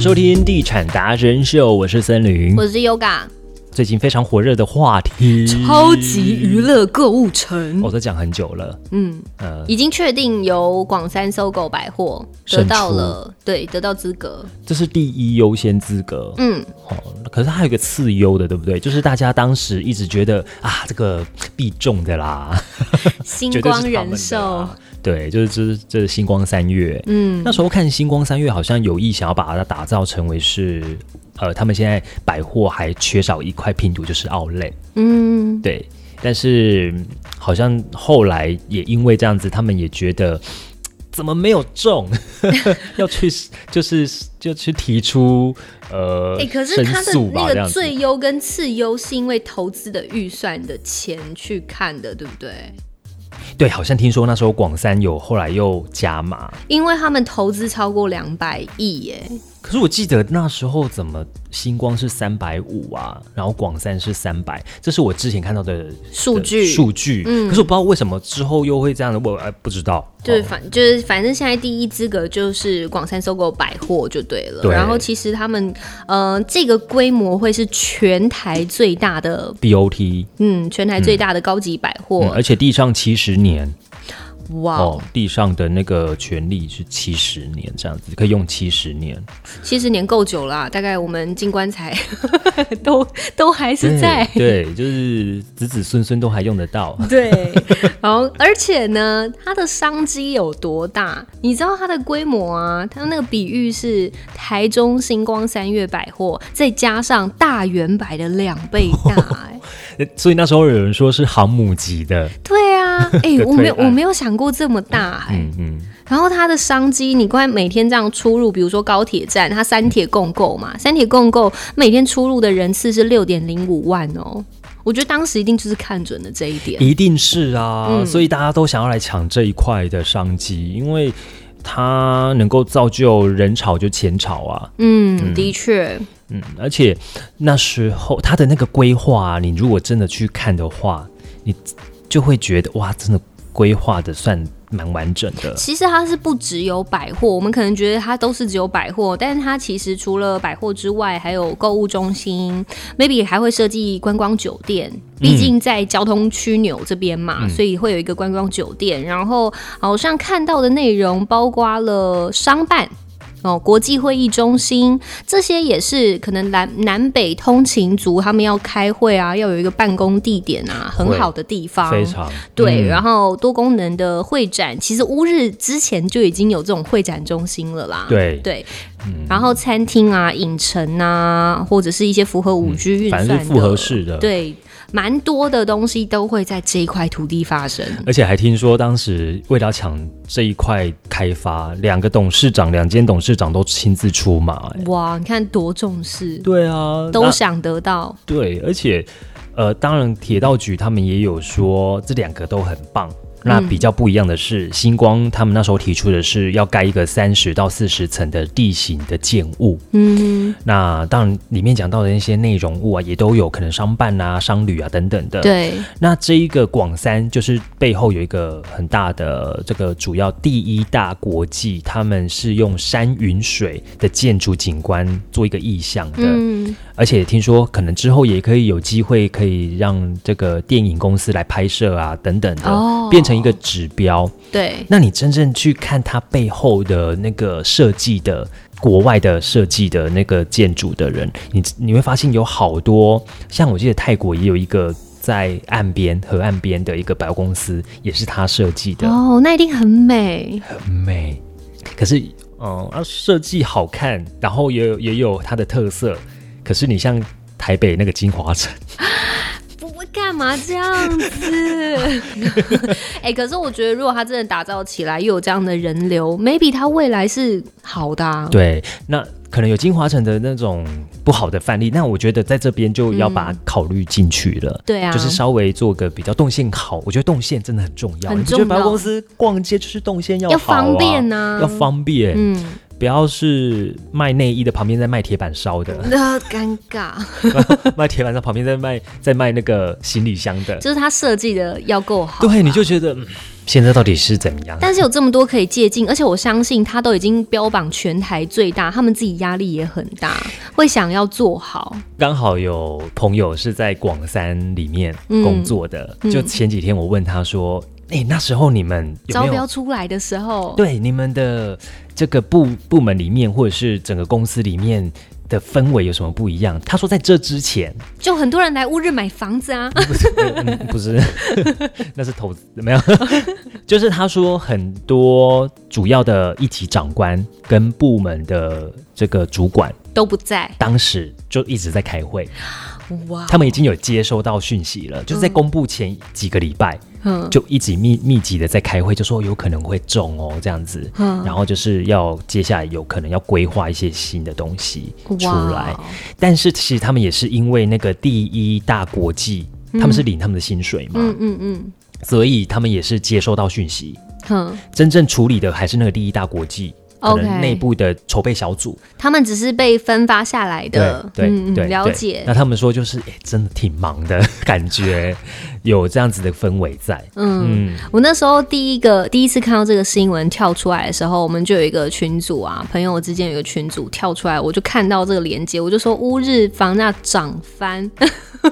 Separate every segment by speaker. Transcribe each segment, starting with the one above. Speaker 1: 收听《地产达人秀》，我是森林。
Speaker 2: 我是 Yoga，
Speaker 1: 最近非常火热的话题，哦
Speaker 2: 超级娱乐购物城。
Speaker 1: 我都讲很久了，
Speaker 2: 嗯，
Speaker 1: 呃，
Speaker 2: 已经确定由广三搜狗百货
Speaker 1: 胜
Speaker 2: 得
Speaker 1: 出
Speaker 2: 到了，对，得到资格。
Speaker 1: 这是第一优先资格。
Speaker 2: 嗯，
Speaker 1: 哦，可是还有一个次优的，对不对？就是大家当时一直觉得啊，这个必中的啦，
Speaker 2: 星
Speaker 1: 绝对是
Speaker 2: 光
Speaker 1: 他们
Speaker 2: 人
Speaker 1: 的啊
Speaker 2: 寿
Speaker 1: 啦，对，就是这这、就是星光三月。
Speaker 2: 嗯
Speaker 1: 那，时候看星光三月，好像有意想要把它打造成为是，呃，他们现在百货还缺少一块拼图，就是奥莱。
Speaker 2: 嗯，
Speaker 1: 对，但是嗯好像后来也因为这样子，他们也觉得嘖怎么没有中， 要去就是就去提出呃，
Speaker 2: 哎、可是
Speaker 1: 申
Speaker 2: 他的
Speaker 1: 诉吧
Speaker 2: 那
Speaker 1: 这样
Speaker 2: 个
Speaker 1: 子
Speaker 2: 最优跟次优是因为投资的预算的钱去看的，对不对？
Speaker 1: 对，好像听说那时候广三有后来又加码，
Speaker 2: 因为他们投资超过两百亿耶，
Speaker 1: 可是我记得那时候怎么星光是三百五啊，然后广三是三百，这是我之前看到的
Speaker 2: 数
Speaker 1: 的
Speaker 2: 据
Speaker 1: 数据。
Speaker 2: 嗯
Speaker 1: 可是我不知道为什么之后又会这样的，我、呃、不知道。
Speaker 2: 就是
Speaker 1: 哦
Speaker 2: 反、就是反正现在第一资格就是广三收购百货就对了。
Speaker 1: 对
Speaker 2: 然后其实他们呃这个规模会是全台最大的，
Speaker 1: BOT，、
Speaker 2: 嗯，全台最大的高级百
Speaker 1: 嗯
Speaker 2: 货
Speaker 1: 而。且地上七十年
Speaker 2: 哇、
Speaker 1: 哦，地上的那个权利是七十年这样子，可以用七十年。
Speaker 2: 七十年够久了啊、大概我们进棺材 都都还
Speaker 1: 嗯
Speaker 2: 是在。
Speaker 1: 对，对就是子子孙孙都还用得到。
Speaker 2: 对，然后而且呢，它的商机有多大？你知道它的规模啊？它那个比喻是台中星光三月百货，再加上大圆百的两倍 大、哎
Speaker 1: 所以那时候有人说是航母级的，
Speaker 2: 对啊，哎、
Speaker 1: 的
Speaker 2: 我没有
Speaker 1: 推案
Speaker 2: 我没有想过这么大、哎、
Speaker 1: 嗯嗯，
Speaker 2: 然后它的商机，你光每天这样出入，比如说高铁站，它三铁共购嘛，三铁共购每天出入的人次是六点零五万哦。我觉得当时一定就是看准了这一点。
Speaker 1: 一定是啊，
Speaker 2: 嗯
Speaker 1: 所以大家都想要来抢这一块的商机，因为它能够造就人潮就钱潮啊，
Speaker 2: 嗯，的确，
Speaker 1: 嗯，而且那时候它的那个规划、你如果真的去看的话，你就会觉得哇，真的规划的算蛮完整的，
Speaker 2: 其实它是不只有百货，我们可能觉得它都是只有百货，但是它其实除了百货之外，还有购物中心，maybe 还会设计观光酒店。毕竟在交通枢纽这边嘛，所以会有一个观光酒店。然后好像看到的内容包括了商办。哦，国际会议中心这些也是可能南南北通勤族他们要开会啊，要有一个办公地点啊，很
Speaker 1: 会
Speaker 2: 好的地方，
Speaker 1: 非常
Speaker 2: 对，
Speaker 1: 嗯
Speaker 2: 然后多功能的会展，其实乌日之前就已经有这种会展中心了啦。
Speaker 1: 对嗯
Speaker 2: 对，然后餐厅啊、影城啊，或者是一些符合五 G 运
Speaker 1: 嗯反正
Speaker 2: 算的，
Speaker 1: 是复合式的，
Speaker 2: 对，蛮多的东西都会在这一块土地发生。
Speaker 1: 而且还听说，当时为了抢这一块开发，两个董事长、两间董事长都亲自出马、哎
Speaker 2: 哇，你看多重视，
Speaker 1: 对啊，
Speaker 2: 嗯都
Speaker 1: 那
Speaker 2: 想得到。
Speaker 1: 对，而且呃，当然铁道局他们也有说这两个都很棒。那
Speaker 2: 嗯
Speaker 1: 比较不一样的是，星光他们那时候提出的是要盖一个三十到四十层的地形的建物。
Speaker 2: 嗯，
Speaker 1: 那当然里面讲到的那些内容物啊，也都有可能商办啊、商旅啊等等的。
Speaker 2: 对，
Speaker 1: 那这一个广三就是背后有一个很大的这个主要第一大国际，他们是用山云水的建筑景观做一个意象的，
Speaker 2: 嗯，
Speaker 1: 而且听说可能之后也可以有机会可以让这个电影公司来拍摄啊等等的，
Speaker 2: 哦
Speaker 1: 变成一个指标。
Speaker 2: 对，
Speaker 1: 那你真正去看它背后的那个设计的国外的设计的那个建筑的人，你你会发现有好多，像我记得泰国也有一个在岸边河岸边的一个百货公司，也是他设计的，
Speaker 2: 哦，那一定很美。
Speaker 1: 很美。可是，嗯，啊，设计好看，然后也有也有它的特色。可是你像台北那个金华城，
Speaker 2: 不会干嘛这样子？ 哎、可是我觉得，如果他真的打造起来，又有这样的人流，maybe 他未来是好的、啊。
Speaker 1: 对，那可能有金华城的那种不好的范例，那我觉得在这边就要把它考虑进去了。
Speaker 2: 对啊，
Speaker 1: 就是稍微做个比较动线好，我觉得动线真的很重要。
Speaker 2: 很
Speaker 1: 你不觉得
Speaker 2: 重
Speaker 1: 百货
Speaker 2: 要
Speaker 1: 公司逛街就是动线要
Speaker 2: 要
Speaker 1: 好啊
Speaker 2: 方便啊
Speaker 1: 要方便。
Speaker 2: 嗯，
Speaker 1: 不要是卖内衣的旁边在卖铁板烧的，
Speaker 2: 那尴尬，
Speaker 1: 卖铁板烧旁边在卖在卖那个行李箱的，
Speaker 2: 就是它设计的要够好。
Speaker 1: 对，你就觉得、嗯、现在到底是怎样？
Speaker 2: 但是有这么多可以借鉴，而且我相信他都已经标榜全台最大，他们自己压力也很大，会想要做好。
Speaker 1: 刚好有朋友是在广三里面
Speaker 2: 嗯
Speaker 1: 工作的，就前几天我问他说：“哎、那时候你们有
Speaker 2: 招
Speaker 1: 没有
Speaker 2: 标出来的时候，
Speaker 1: 对你们的这个部部门里面，或者是整个公司里面的氛围有什么不一样？他说，在这之前，
Speaker 2: 就很多人来乌日买房子啊，
Speaker 1: 不是，嗯、不是， 那是投资，没有， 就是他说很多主要的一级长官跟部门的这个主管，
Speaker 2: 都不在。
Speaker 1: 当时就一直在开会，
Speaker 2: 哇，
Speaker 1: 他们已经有接收到讯息了，就是在公布前几个礼拜。
Speaker 2: 嗯
Speaker 1: 就一直密密集的在开会，就说有可能会中哦这样子，
Speaker 2: 嗯
Speaker 1: 然后就是要接下来有可能要规划一些新的东西出来
Speaker 2: 哇，哦
Speaker 1: 但是其实他们也是因为那个第一大国际，他们是领他们的薪水嘛，
Speaker 2: 嗯嗯嗯
Speaker 1: 所以他们也是接收到讯息，
Speaker 2: 哼，
Speaker 1: 真正处理的还是那个第一大国际。可
Speaker 2: OK
Speaker 1: 能内部的筹备小组，
Speaker 2: 他们只是被分发下来的，
Speaker 1: 对对
Speaker 2: 嗯嗯
Speaker 1: 对，
Speaker 2: 了
Speaker 1: 对
Speaker 2: 解
Speaker 1: 那，他们说就是，哎、真的挺忙的 感觉，有这样子的氛围在。
Speaker 2: 嗯。
Speaker 1: 嗯，
Speaker 2: 我那时候第一个第一次看到这个新闻跳出来的时候，我们就有一个群组啊，朋友之间有一个群组跳出来，我就看到这个链接，我就说乌日房价涨翻，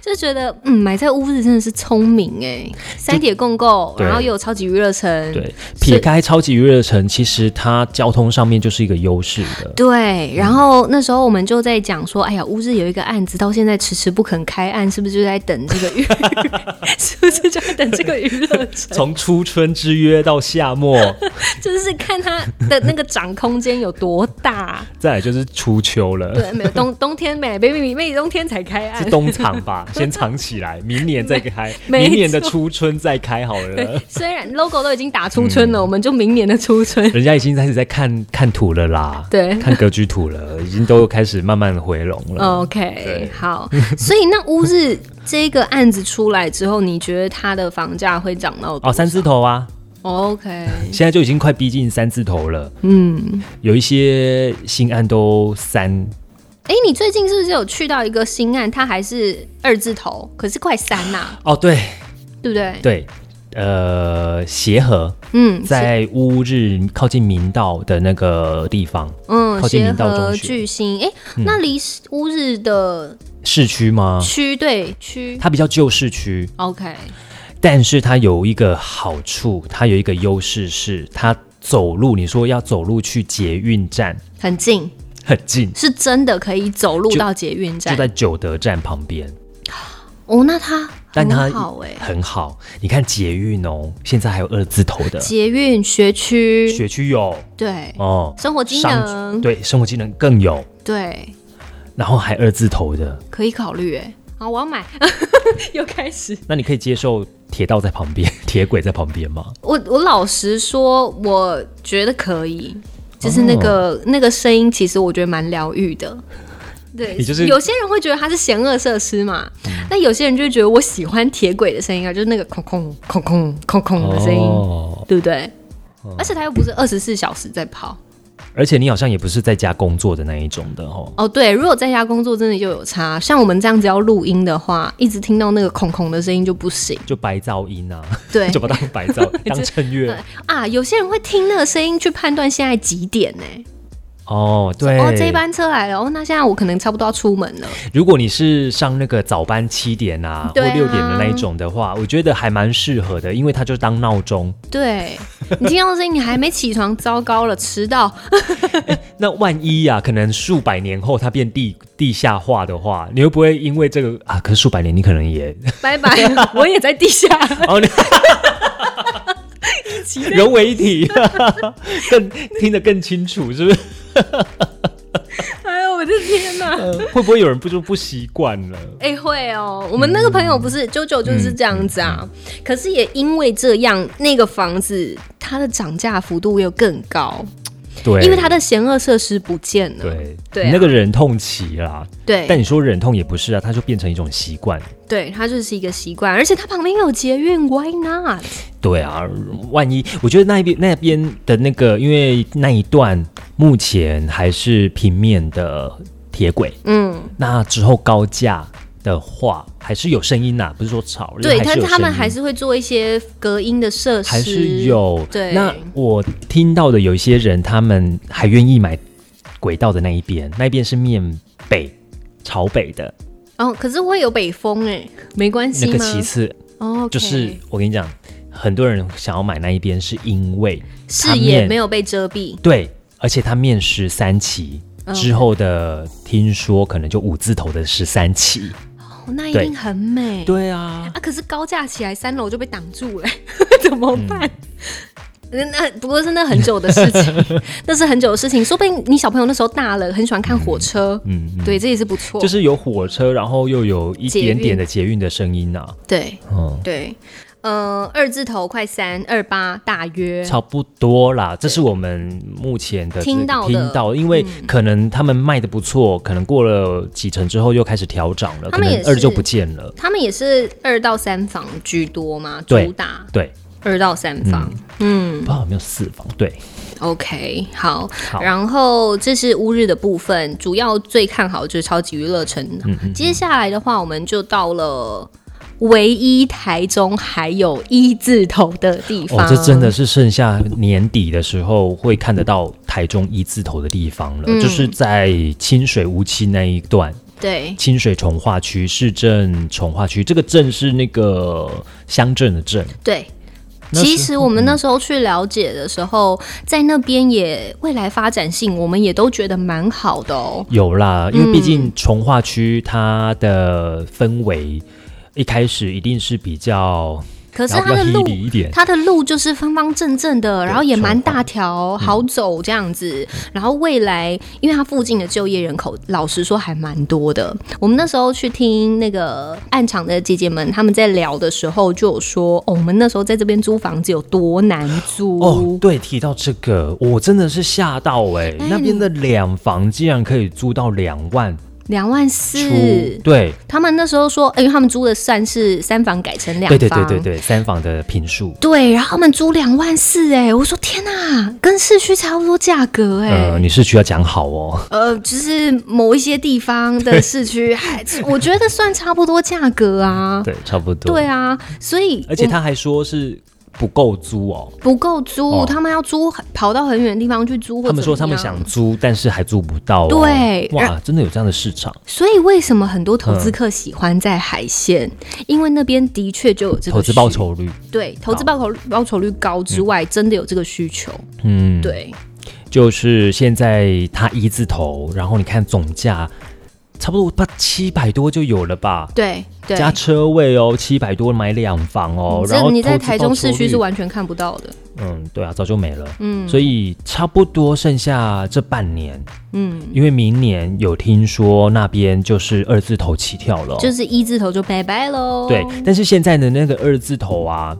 Speaker 2: 就觉得嗯，买在乌日真的是聪明哎，三铁共购，
Speaker 1: 对
Speaker 2: 然后又有超级娱乐城，
Speaker 1: 对，撇开超级娱乐城，其实它交通上面就是一个优势的。
Speaker 2: 对，然后那时候我们就在讲说，哎呀，乌日有一个案子，到现在迟迟不肯开案，是不是就在等这个娱， 是不是就在等这个娱乐城？
Speaker 1: 从初春之约到夏末，
Speaker 2: 就是看它的那个涨空间有多大。
Speaker 1: 再来就是初秋了，
Speaker 2: 对，没有冬冬天没，baby 妹冬天才开案
Speaker 1: 是。冬藏 吧，先藏起来，明年再开，
Speaker 2: 没
Speaker 1: 明年的
Speaker 2: 错
Speaker 1: 初春再开好了
Speaker 2: 对。，虽然 logo 都已经打出
Speaker 1: 嗯
Speaker 2: 春了，我们就明年的 初春。
Speaker 1: 人家已经开始在看看图了啦，
Speaker 2: 对
Speaker 1: 看格局图了，已经都开始慢慢回笼
Speaker 2: 嗯
Speaker 1: 了。
Speaker 2: OK，
Speaker 1: 对
Speaker 2: 好，所以那乌日这个案子出来之后，你觉得它的房价会涨到多
Speaker 1: 哦，三字头啊，
Speaker 2: ？OK，
Speaker 1: 现在就已经快逼近三字头了，
Speaker 2: 嗯，
Speaker 1: 有一些新案都三
Speaker 2: 哎、你最近是不是有去到一个新案，它还是二字头，可是快三呐、
Speaker 1: 哦，对
Speaker 2: 对不对？
Speaker 1: 对，呃，协和
Speaker 2: 嗯，是
Speaker 1: 在乌日靠近明道的那个地方，
Speaker 2: 嗯，
Speaker 1: 靠近
Speaker 2: 协
Speaker 1: 明道中
Speaker 2: 和
Speaker 1: 学嗯
Speaker 2: 巨星，哎、那离乌日的
Speaker 1: 市区吗？
Speaker 2: 区对区
Speaker 1: 它比较旧市区，
Speaker 2: ，OK，
Speaker 1: 但是它有一个好处，它有一个优势是它走路，你说要走路去捷运站
Speaker 2: 很近。
Speaker 1: 很近，
Speaker 2: 是真的可以走路
Speaker 1: 就
Speaker 2: 到捷运
Speaker 1: 就
Speaker 2: 站。
Speaker 1: 在九德站旁边。
Speaker 2: 哦，那它
Speaker 1: 但它
Speaker 2: 很好哎、
Speaker 1: 很好，你看捷运哦，现在还有二字头的
Speaker 2: 捷运学区
Speaker 1: 学区有
Speaker 2: 对，
Speaker 1: 哦，
Speaker 2: 生活机
Speaker 1: 商
Speaker 2: 能
Speaker 1: 对生活技能更有，
Speaker 2: 对，
Speaker 1: 然后还二字头的，
Speaker 2: 可以考虑哎、好，我要买， 又开始。
Speaker 1: 那你可以接受铁道在旁边，铁轨在旁边吗？
Speaker 2: 我我老实说，我觉得可以，就是那个、
Speaker 1: 哦
Speaker 2: 那个声音，其实我觉得蛮疗愈的。对，
Speaker 1: 你就是嗯
Speaker 2: 有些人会觉得它是险恶设施嘛，那、有些人就会觉得我喜欢铁轨的声音啊，就是那个空空空空空空的声音，
Speaker 1: 哦，
Speaker 2: 对不对？而且它又不是二十四小时在跑。
Speaker 1: 而且你好像也不是在家工作的那一种的哦。
Speaker 2: 哦，对，如果在家工作真的就有差，像我们这样子要录音的话，一直听到那个孔孔的声音就不行。
Speaker 1: 就白噪音啊，
Speaker 2: 对
Speaker 1: 就把它当白 噪当衬乐
Speaker 2: 对啊，有些人会听那个声音去判断现在几点呢、
Speaker 1: 哦。对，
Speaker 2: 哦，这班车来了，哦，那现在我可能差不多要出门了。
Speaker 1: 如果你是上那个早班七点啊或
Speaker 2: 对啊
Speaker 1: 六点的那一种的话，我觉得还蛮适合的，因为它就当闹钟。
Speaker 2: 对你听到声音，你还没起床，糟糕了，迟到。
Speaker 1: 那万一呀、啊，可能数百年后它变地地下化的话，你会不会因为这个啊？可是数百年你可能也
Speaker 2: 拜拜，我也在地下。
Speaker 1: 哦， 你融为一体， 更听得更清楚，是不是？
Speaker 2: 哎呦，我的天哪！
Speaker 1: 会不会有人不就不习惯了？
Speaker 2: 哎、会哦，我们那个朋友不是九九、就是这样子
Speaker 1: 嗯
Speaker 2: 啊、可是也因为这样，那个房子它的涨价幅度又更高，
Speaker 1: 对，
Speaker 2: 因为它的险恶设施不见了。
Speaker 1: 对
Speaker 2: 对
Speaker 1: 你
Speaker 2: 啊
Speaker 1: 那个忍痛期啦，
Speaker 2: 对
Speaker 1: 但你说忍痛也不是啊，它就变成一种习惯。
Speaker 2: 对它就是一个习惯，而且它旁边有捷运，Why
Speaker 1: 呃
Speaker 2: not？
Speaker 1: 对啊，万一我觉得那一边那边的那个，因为那一段目前还是平面的铁轨，
Speaker 2: 嗯，
Speaker 1: 那之后高架的话还是有声音呐、啊不是说吵，
Speaker 2: 对，
Speaker 1: 但
Speaker 2: 但
Speaker 1: 是有
Speaker 2: 他们
Speaker 1: 声音
Speaker 2: 还是会做一些隔音的设施，
Speaker 1: 还是有。
Speaker 2: 对
Speaker 1: 那我听到的有一些人，他们还愿意买轨道的那一边，那一边是面北朝北的
Speaker 2: 哦，可是会有北风哎、没关系
Speaker 1: 那个
Speaker 2: 吗？
Speaker 1: 其次，
Speaker 2: 哦，
Speaker 1: 就是我跟你讲，很多人想要买那一边是因为
Speaker 2: 视野
Speaker 1: 面
Speaker 2: 没有被遮蔽，
Speaker 1: 对，而且它面十三期。
Speaker 2: 嗯
Speaker 1: 之后的听说可能就五字头的十三期，
Speaker 2: 哦那一
Speaker 1: 对
Speaker 2: 定很美。
Speaker 1: 对啊，
Speaker 2: 啊，可是高架起来，三楼就被挡住了、 怎么办？
Speaker 1: 嗯
Speaker 2: 那那不过是那很久的事 情，那是很久的事情。说不定你小朋友那时候大了，很喜欢看火车，
Speaker 1: 嗯，嗯
Speaker 2: 对，这也是不错。
Speaker 1: 就是有火车，然后又有一
Speaker 2: 捷
Speaker 1: 点
Speaker 2: 运
Speaker 1: 点的捷运的声音呐、啊，
Speaker 2: 对
Speaker 1: 嗯，
Speaker 2: 对，呃，二字头快三二八大约，
Speaker 1: 差不多啦，这是我们目前的这
Speaker 2: 听到的嗯
Speaker 1: 听到，因为可能他们卖的不错，可能过了几成之后又开始调涨了，
Speaker 2: 他
Speaker 1: 可
Speaker 2: 们也
Speaker 1: 能
Speaker 2: 是
Speaker 1: 二就不见了。
Speaker 2: 他们也是二到三房居多嘛，
Speaker 1: 对
Speaker 2: 主打
Speaker 1: 对，
Speaker 2: 二到三房。嗯
Speaker 1: 不知道有没有四房？对，
Speaker 2: o k 好。
Speaker 1: 好，
Speaker 2: 然后这是乌日的部分，主要最看好就是超级娱乐城。
Speaker 1: 嗯
Speaker 2: 接下来的话，我们就到了唯一台中还有一字头的地方。
Speaker 1: 哦，这真的是剩下年底的时候会看得到台中一字头的地方了，
Speaker 2: 嗯
Speaker 1: 就是在清水乌期那一段，
Speaker 2: 对，
Speaker 1: 清水从化区、市政从化区，这个镇是那个乡镇的镇，
Speaker 2: 对。
Speaker 1: 那时候嗯
Speaker 2: 其实我们那时候去了解的时候，在那边也未来发展性，我们也都觉得蛮好的哦。
Speaker 1: 有啦，因为毕竟从化区它的氛围一开始一定是比较，
Speaker 2: 可是
Speaker 1: 然后
Speaker 2: 它
Speaker 1: 比
Speaker 2: 的
Speaker 1: 较
Speaker 2: 路
Speaker 1: hilly 一点，
Speaker 2: 它的路就是方方正正的，然后也蛮大条，好走这样子。
Speaker 1: 嗯
Speaker 2: 然后未来，因为它附近的就业人口，老实说还蛮多的。我们那时候去听那个暗场的姐姐们他们在聊的时候，就有说，哦，我们那时候在这边租房子有多难租。
Speaker 1: 哦，对，提到这个，我真的是吓到哎、
Speaker 2: 哎
Speaker 1: 那边的两房竟然可以租到两万
Speaker 2: 两万
Speaker 1: 出
Speaker 2: 四，。
Speaker 1: 对，
Speaker 2: 他们那时候说，哎因为他们租的算是三房改成两
Speaker 1: 对
Speaker 2: 房，
Speaker 1: 对对对对，三房的平数，
Speaker 2: 对然后他们租两万四，哎，我说天哪，跟市区差不多价格，哎、
Speaker 1: 呃，你是需要讲好哦，
Speaker 2: 呃，就是某一些地方的市区， 还我觉得算差不多价格啊。
Speaker 1: 对，差不多，
Speaker 2: 对，啊，所以
Speaker 1: 而且他还说是不够租哦，
Speaker 2: 不够租，
Speaker 1: 哦
Speaker 2: 他们要租跑到很远的地方去租，或
Speaker 1: 他们说
Speaker 2: 怎
Speaker 1: 他
Speaker 2: 么
Speaker 1: 们
Speaker 2: 样
Speaker 1: 想。租，但是还租不到、哦，
Speaker 2: 对
Speaker 1: 哇，真的有这样的市场，
Speaker 2: 所以为什么很多投
Speaker 1: 嗯
Speaker 2: 资客喜欢在海线？因为那边的确就有这个
Speaker 1: 投资报
Speaker 2: 需，
Speaker 1: 酬率，
Speaker 2: 对，投资报酬报酬率高之外，真的有这个需求。
Speaker 1: 嗯，。
Speaker 2: 对，
Speaker 1: 就是现在它一字头，然后你看总价差不多八七百多就有了吧，
Speaker 2: 对，对。嗯
Speaker 1: 加车位哦，七百多买两房哦，然
Speaker 2: 这
Speaker 1: 后
Speaker 2: 你在
Speaker 1: 投资
Speaker 2: 台
Speaker 1: 报
Speaker 2: 中
Speaker 1: 酬
Speaker 2: 市区
Speaker 1: 率
Speaker 2: 是完全看不到的。
Speaker 1: 嗯，对啊，早就没了，
Speaker 2: 嗯
Speaker 1: 所以差不多剩下这半年，
Speaker 2: 嗯，
Speaker 1: 因为明年有听说那边就是二字头起跳了哦，
Speaker 2: 就是哦一字头就拜拜喽。
Speaker 1: 对，但是现在的那个二字头啊。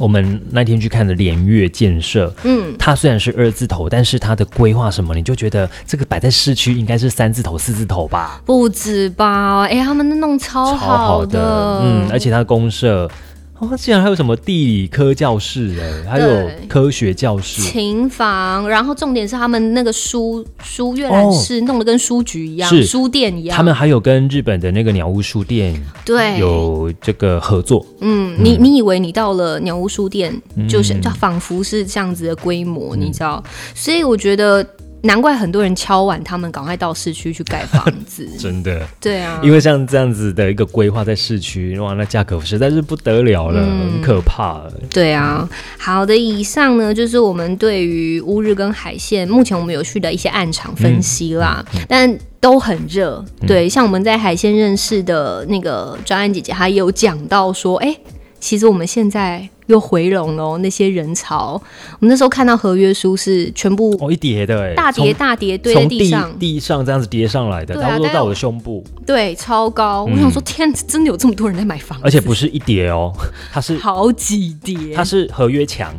Speaker 1: 我们那天去看的联月建设，
Speaker 2: 嗯，
Speaker 1: 它虽然是二字头，但是它的规划什么，你就觉得这个摆在市区应该是三字头、四字头吧，
Speaker 2: 不止吧？哎、他们弄超
Speaker 1: 超
Speaker 2: 好
Speaker 1: 的，嗯，而且它的公社，哦，竟然还有什么地理科教室、哎，还有
Speaker 2: 对
Speaker 1: 科学教室，
Speaker 2: 琴房，然后重点是他们那个书书阅览室弄得跟书局一样，
Speaker 1: 是
Speaker 2: 书店一样。
Speaker 1: 他们还有跟日本的那个鸟屋书店
Speaker 2: 对，
Speaker 1: 有这个合作，。
Speaker 2: 嗯，你你以为你到了鸟屋书店，就是就仿佛是这样子的规模，你知道？所以我觉得难怪很多人敲碗，他们赶快到市区去盖房子
Speaker 1: 真的，
Speaker 2: 对啊，
Speaker 1: 因为像这样子的一个规划在市区，哇，那价格实在是不得了了，
Speaker 2: 嗯
Speaker 1: 很可怕。
Speaker 2: 对啊，好的，以上呢就是我们对于乌日跟海线目前我们有去的一些暗场分析啦，
Speaker 1: 嗯
Speaker 2: 但都很热。对，像我们在海线认识的那个专案姐姐，她也有讲到说，哎、其实我们现在又回笼了哦那些人潮。我们那时候看到合约书是全部
Speaker 1: 哦，一叠的哎、
Speaker 2: 大叠大叠堆在
Speaker 1: 从
Speaker 2: 地上
Speaker 1: 从，地地上这样子叠上来的，
Speaker 2: 对啊
Speaker 1: 差不多
Speaker 2: 大概
Speaker 1: 到我的胸部，
Speaker 2: 对，超高。我想说，天，真的有这么多人在买房子，
Speaker 1: 嗯而且不是一叠哦，
Speaker 2: 啊
Speaker 1: 它是
Speaker 2: 好几叠，
Speaker 1: 它是合约墙，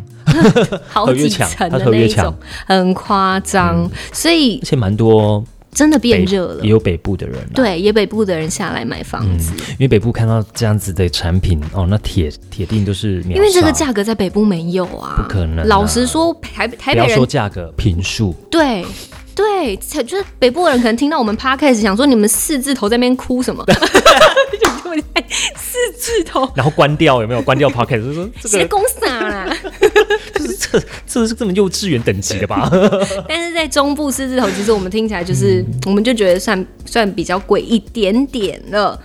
Speaker 2: 好
Speaker 1: 合约
Speaker 2: 几
Speaker 1: 墙
Speaker 2: 层
Speaker 1: 它
Speaker 2: 的
Speaker 1: 合
Speaker 2: 那
Speaker 1: 约
Speaker 2: 一种
Speaker 1: 墙，
Speaker 2: 很夸张。所以
Speaker 1: 而且蛮多
Speaker 2: 真的变
Speaker 1: 北
Speaker 2: 热了
Speaker 1: 也。有嗯北嗯部的人、啊，
Speaker 2: 对，也北部的人下来买房子，
Speaker 1: 因为北部看到这样子的产品，哦，那铁铁定都是秒
Speaker 2: 因为这个
Speaker 1: 杀
Speaker 2: 价格在北部没有啊，
Speaker 1: 不可能啊
Speaker 2: 老实说，台台
Speaker 1: 不要
Speaker 2: 北
Speaker 1: 说
Speaker 2: 人
Speaker 1: 价格，平数
Speaker 2: 对。对，才就是北部的人可能听到我们 podcast 想说你们四字头在那边哭什么， 就就在四字头
Speaker 1: 然后关掉有没有？关掉 Pocket 就说这个
Speaker 2: 谁公啊傻 啦？
Speaker 1: 这是这这是这么幼稚园等级的吧？
Speaker 2: 但是在中部四字头，其实我们听起来就是，
Speaker 1: 嗯
Speaker 2: 我们就觉得算算比较贵一点点了。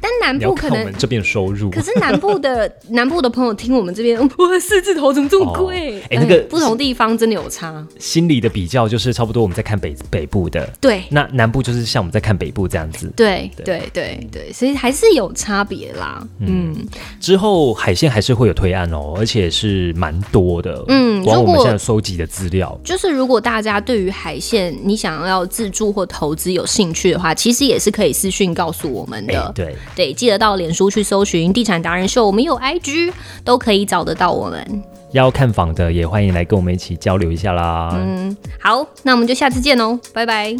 Speaker 2: 但 南
Speaker 1: 你要
Speaker 2: 部可
Speaker 1: 看我
Speaker 2: 能
Speaker 1: 们，这边的收入
Speaker 2: 可。是南部的 南部的朋友听我们这边， 哇，四字头怎么这么贵嗯
Speaker 1: 哦？哎那个
Speaker 2: 不同地方真的有差。
Speaker 1: 心理的比较就是差不多我们在看北北部的，
Speaker 2: 对
Speaker 1: 那南部就是像我们在看北部这样子。
Speaker 2: 对对对对，所以还是有差别啦。嗯
Speaker 1: 之后海鲜还是会有推案哦，而且是蛮多的。
Speaker 2: 嗯
Speaker 1: 光
Speaker 2: 如
Speaker 1: 我们
Speaker 2: 果
Speaker 1: 现在收集的资料，
Speaker 2: 就是如果大家对于海鲜你想要自助或投资有兴趣的话，其实也是可以私讯告诉我们
Speaker 1: 哎、
Speaker 2: 的。
Speaker 1: 对，
Speaker 2: 对，记得到脸书去搜寻“地产达人秀”，我们有 IG 都可以找得到我们。
Speaker 1: 要看房的也欢迎来跟我们一起交流一下啦。
Speaker 2: 嗯，好，那我们就下次见喽，拜拜。